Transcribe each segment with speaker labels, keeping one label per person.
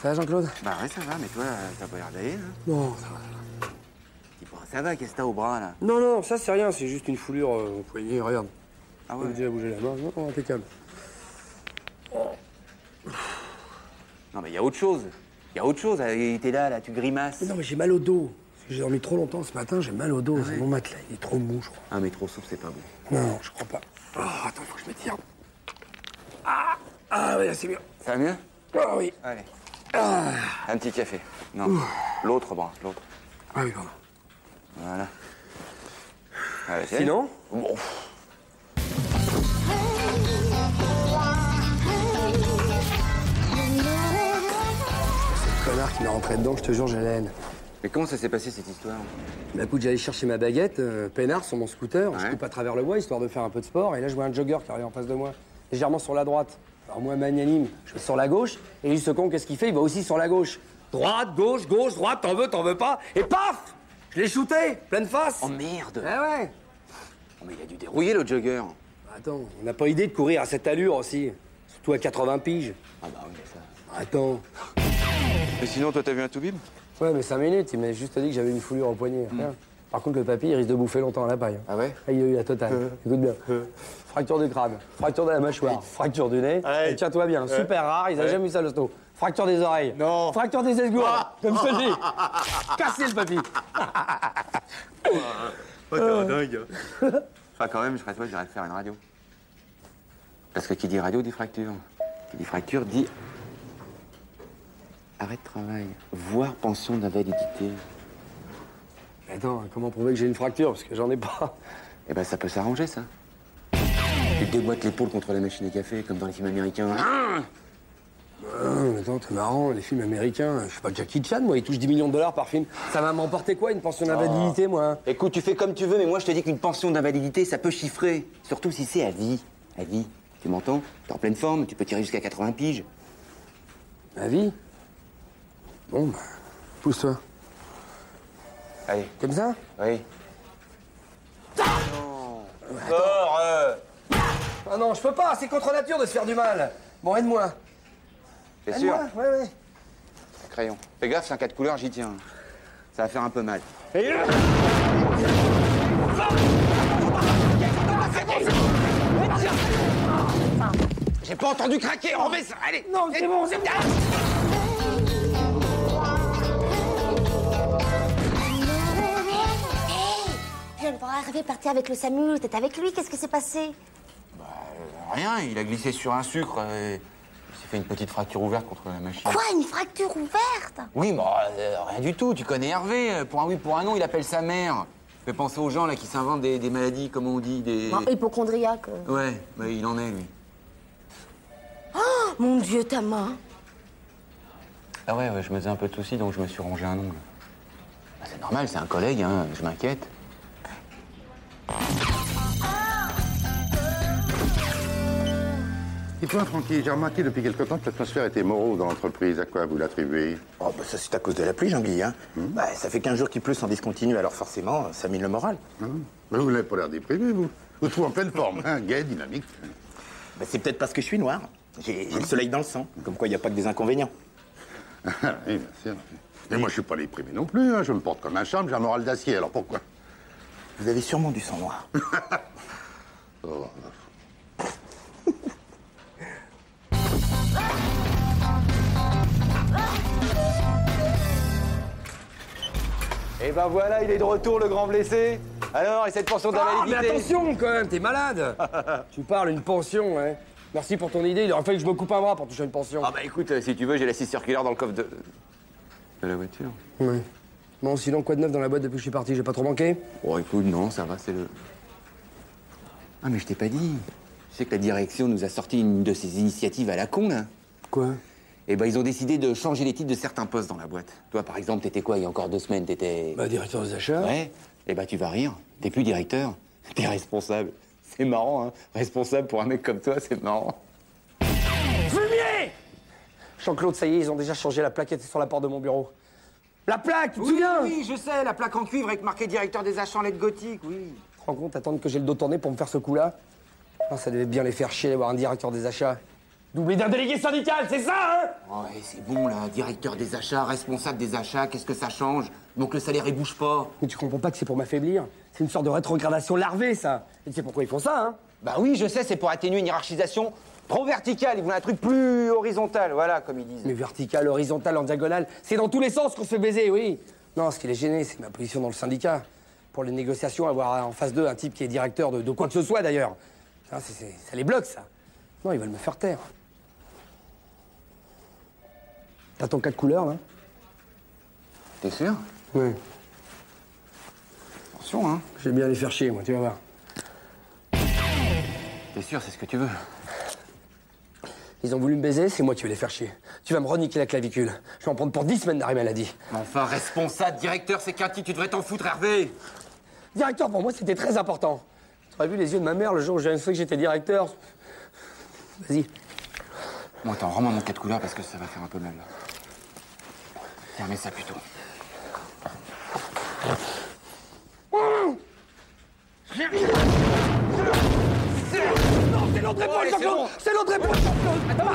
Speaker 1: Ça va, Jean-Claude
Speaker 2: Bah ouais, ça va, mais toi, euh, t'as pas l'air d'aller, hein
Speaker 1: Non, ça va.
Speaker 2: Dis pas, ça va, qu'est-ce que t'as au bras, là
Speaker 1: Non, non, ça c'est rien, c'est juste une foulure euh, au poignet, regarde.
Speaker 2: Ah
Speaker 1: On a déjà bougé la main, non, oh, impeccable.
Speaker 2: Non, mais y a autre chose Y a autre chose, euh, t'es là, là, tu grimaces
Speaker 1: Mais non, mais j'ai mal au dos. Parce que J'ai dormi trop longtemps ce matin, j'ai mal au dos. C'est Mon matelas, il est trop mou, je crois.
Speaker 2: Ah, mais trop souple, c'est pas bon.
Speaker 1: Non, non, je crois pas. Oh, attends, faut que je m'étire. Ah, ah, ouais, là, c'est bien.
Speaker 2: Ça va mieux
Speaker 1: Ah oui.
Speaker 2: Allez. Un petit café. Non, l'autre bras, l'autre.
Speaker 1: Ah oui, pardon.
Speaker 2: Voilà. Ah, la tienne
Speaker 1: Sinon
Speaker 2: Bon, pff,
Speaker 1: Le connard qui m'a rentré dedans, je te jure, j'ai la haine.
Speaker 2: Mais comment ça s'est passé, cette histoire
Speaker 1: Bah écoute, j'allais chercher ma baguette, euh, peinard sur mon scooter, je
Speaker 2: Ouais.
Speaker 1: coupe à travers le bois histoire de faire un peu de sport, et là je vois un jogger qui arrive en face de moi, légèrement sur la droite. Alors moi, magnanime, je vais sur la gauche, et lui, ce con, qu'est-ce qu'il fait Il va aussi sur la gauche. Droite, gauche, gauche, droite, t'en veux, t'en veux pas, et paf Je l'ai shooté, pleine face
Speaker 2: Oh merde
Speaker 1: Eh ouais
Speaker 2: Oh, mais il a dû dérouiller, le jogger
Speaker 1: Attends, on n'a pas idée de courir à cette allure aussi, surtout à 80 piges.
Speaker 2: Ah bah oui, mais ça...
Speaker 1: Attends.
Speaker 2: Mais sinon, toi, t'as vu un toubib
Speaker 1: Ouais, mais 5 minutes, il m'a juste dit que j'avais une foulure au poignet. Rien. Par contre, le papy, il risque de bouffer longtemps à la paille. hein.
Speaker 2: Ah ouais
Speaker 1: Hmm. Ah, Hmm. Il a eu la totale. Écoute bien. Fracture du crâne, fracture de la mâchoire, fracture du nez.
Speaker 3: Ouais.
Speaker 1: Et Tiens-toi bien, super rare, ils n'avaient jamais vu ça l'hosto. Fracture des oreilles.
Speaker 3: Non.
Speaker 1: Fracture des esgourdes, comme je te le dis. Cassé le papy.
Speaker 3: Oh, t'es un dingue.
Speaker 2: Enfin, quand même, je serais toi, j'irais te faire une radio. Parce que qui dit radio dit fracture. Qui dit fracture dit. Arrêt de travail, voire pension d'invalidité.
Speaker 1: Mais Attends, comment prouver que j'ai une fracture Parce que j'en ai pas.
Speaker 2: Eh ben, ça peut s'arranger, ça. Tu déboîtes l'épaule contre la machine à café, comme dans les films américains. Ah
Speaker 1: Non, Ah, mais attends, t'es marrant, les films américains. Je suis pas Jackie Chan, moi, il touche 10 millions de dollars par film. Ça va m'emporter quoi, une pension d'invalidité, moi hein
Speaker 2: Écoute, tu fais comme tu veux, mais moi, je te dis qu'une pension d'invalidité, ça peut chiffrer. Surtout si c'est à vie. À vie. Tu m'entends T'es en pleine forme, tu peux tirer jusqu'à 80 piges.
Speaker 1: Ma vie Bon, bah, pousse-toi.
Speaker 2: Allez,
Speaker 1: Comme ça
Speaker 2: oui.
Speaker 1: euh. Ah non, je peux pas, c'est contre nature de se faire du mal. Bon, aide-moi.
Speaker 2: T'es sûr
Speaker 1: Aide-moi, ouais, ouais.
Speaker 2: Crayon. Fais gaffe, c'est un cas de couleur, j'y tiens. Ça va faire un peu mal. J'ai pas entendu craquer, remets ça, allez
Speaker 1: Non, c'est bon, c'est bon.
Speaker 4: Hey, le bras Hervé parti avec le Samu, t'es avec lui, qu'est-ce qui s'est passé
Speaker 2: Rien, il a glissé sur un sucre et il s'est fait une petite fracture ouverte contre la machine.
Speaker 4: Quoi, une fracture ouverte
Speaker 2: oui, mais euh, rien du tout, tu connais Hervé, euh, pour un oui, pour un non, il appelle sa mère. Fais penser aux gens là qui s'inventent des, des maladies, comment on dit, des...
Speaker 1: Bah,
Speaker 4: Non, Ah, hypochondriaque.
Speaker 2: Ouais, bah, il en est lui.
Speaker 4: Mon Dieu, ta main.
Speaker 2: Ah ouais, ouais, je me faisais un peu de soucis, donc je me suis rongé un ongle. Bah, c'est normal, c'est un collègue, hein, je m'inquiète.
Speaker 5: Dites-moi, Francky, j'ai remarqué depuis quelque temps que l'atmosphère était morose dans l'entreprise. À quoi vous l'attribuez
Speaker 6: Oh, bah ça, c'est à cause de la pluie, Jean-Guy. Hein.
Speaker 2: Hmm.
Speaker 6: Bah, ça fait 15 jours qu'il pleut sans discontinu, alors forcément, ça mine le moral.
Speaker 5: hein Mais Vous n'avez pas l'air déprimé, vous. Vous trouvez en pleine forme, hein, gai, dynamique.
Speaker 6: Bah, c'est peut-être parce que je suis noir. J'ai j'ai le soleil dans le sang. Comme quoi, il n'y a pas que des inconvénients.
Speaker 5: Ah, oui, bien sûr. Mais moi, je suis pas déprimé non plus. hein. Je me porte comme un charme, j'ai un moral d'acier, alors pourquoi
Speaker 6: Vous avez sûrement du sang noir.
Speaker 5: Oh.
Speaker 1: Eh
Speaker 2: Et ben voilà, il est de retour, le grand blessé. Alors, et cette pension
Speaker 1: Ah, mais
Speaker 2: d'invalidité
Speaker 1: attention quand même, t'es malade Tu parles une pension, hein Merci pour ton idée, il aurait fallu que je me coupe un bras pour toucher une pension.
Speaker 2: Ah bah écoute, euh, si tu veux, j'ai la scie circulaire dans le coffre de... De la voiture
Speaker 1: Ouais. Bon, sinon, quoi de neuf dans la boîte depuis que je suis parti J'ai pas trop manqué
Speaker 2: Bon Oh, écoute, non, ça va, c'est le... Ah mais je t'ai pas dit. Tu sais que la direction nous a sorti une de ces initiatives à la con, là.
Speaker 1: Quoi
Speaker 2: eh ben, ils ont décidé de changer les titres de certains postes dans la boîte. Toi, par exemple, t'étais quoi il y a encore deux semaines T'étais.
Speaker 1: Bah, directeur des achats.
Speaker 2: Ouais, et bah tu vas rire. T'es plus directeur, t'es responsable. C'est marrant, hein Responsable pour un mec comme toi, c'est marrant.
Speaker 1: Fumier Jean-Claude, ça y est, ils ont déjà changé la plaquette sur la porte de mon bureau. La plaque, tu te souviens
Speaker 2: je sais, la plaque en cuivre avec marqué directeur des achats en lettres gothiques, oui.
Speaker 1: Tu te rends compte, attendre que j'ai le dos tourné pour me faire ce coup-là Non, Ça devait bien les faire chier d'avoir un directeur des achats. Doublé d'un délégué syndical, c'est ça, hein
Speaker 2: Ouais, Oh, eh, c'est bon là, directeur des achats, responsable des achats, qu'est-ce que ça change Donc le salaire il bouge pas.
Speaker 1: Mais tu comprends pas que c'est pour m'affaiblir C'est une sorte de rétrogradation larvée, ça Et tu sais pourquoi ils font ça, hein
Speaker 2: Bah oui, je sais, c'est pour atténuer une hiérarchisation trop verticale, ils voulaient un truc plus horizontal, voilà, comme ils disent.
Speaker 1: Mais vertical, horizontal, en diagonale, c'est dans tous les sens qu'on se fait baiser, oui. Non, ce qui les gênait, c'est ma position dans le syndicat. Pour les négociations, avoir en face d'eux un type qui est directeur de, de quoi que ce soit d'ailleurs. Ça, c'est- c'est- ça les bloque, ça. Non, ils veulent me faire taire. T'as ton cas de couleur, là
Speaker 2: T'es sûr
Speaker 1: Oui.
Speaker 2: Attention, hein
Speaker 1: J'aime bien les faire chier, moi, tu vas voir.
Speaker 2: T'es sûr, c'est ce que tu veux
Speaker 1: Ils ont voulu me baiser, c'est moi qui vais les faire chier. Tu vas me reniquer la clavicule. Je vais en prendre pour 10 semaines d'arrêt maladie.
Speaker 2: Enfin, responsable, directeur, c'est qu'un titre, tu devrais t'en foutre, Hervé
Speaker 1: Directeur, pour moi, c'était très important. Tu aurais vu les yeux de ma mère le jour où j'ai annoncé que j'étais directeur. Vas-y.
Speaker 2: Bon, attends, rends-moi mon cas de couleur parce que ça va faire un peu mal. là. Tiens, mets ça plutôt.
Speaker 1: C'est l'autre
Speaker 2: épaule, Jean-Claude
Speaker 1: C'est l'autre épaule, Jean-Claude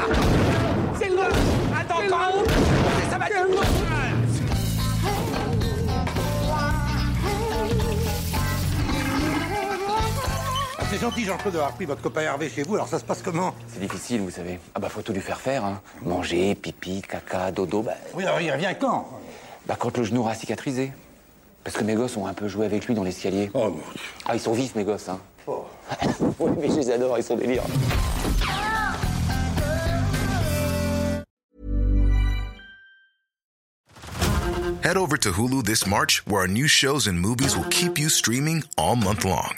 Speaker 1: C'est l'autre Attends, quand Ça va
Speaker 5: Ah, c'est gentil, Jean-Claude, d'avoir pris votre copain Hervé chez vous. Alors, ça se passe comment
Speaker 2: C'est difficile, vous savez. Ah bah, faut tout lui faire faire, hein. Manger, pipi, caca, dodo, bah...
Speaker 5: Oui, alors, il revient quand
Speaker 2: Bah, quand le genou aura cicatrisé. Parce que mes gosses ont un peu joué avec lui dans l'escalier.
Speaker 5: Oh, mon Dieu. Oh.
Speaker 2: Ah, ils sont vifs, mes gosses, hein. oui, mais je les adore, ils sont délires.
Speaker 3: Head over to Hulu this March, where our new shows and movies will keep you streaming all month long.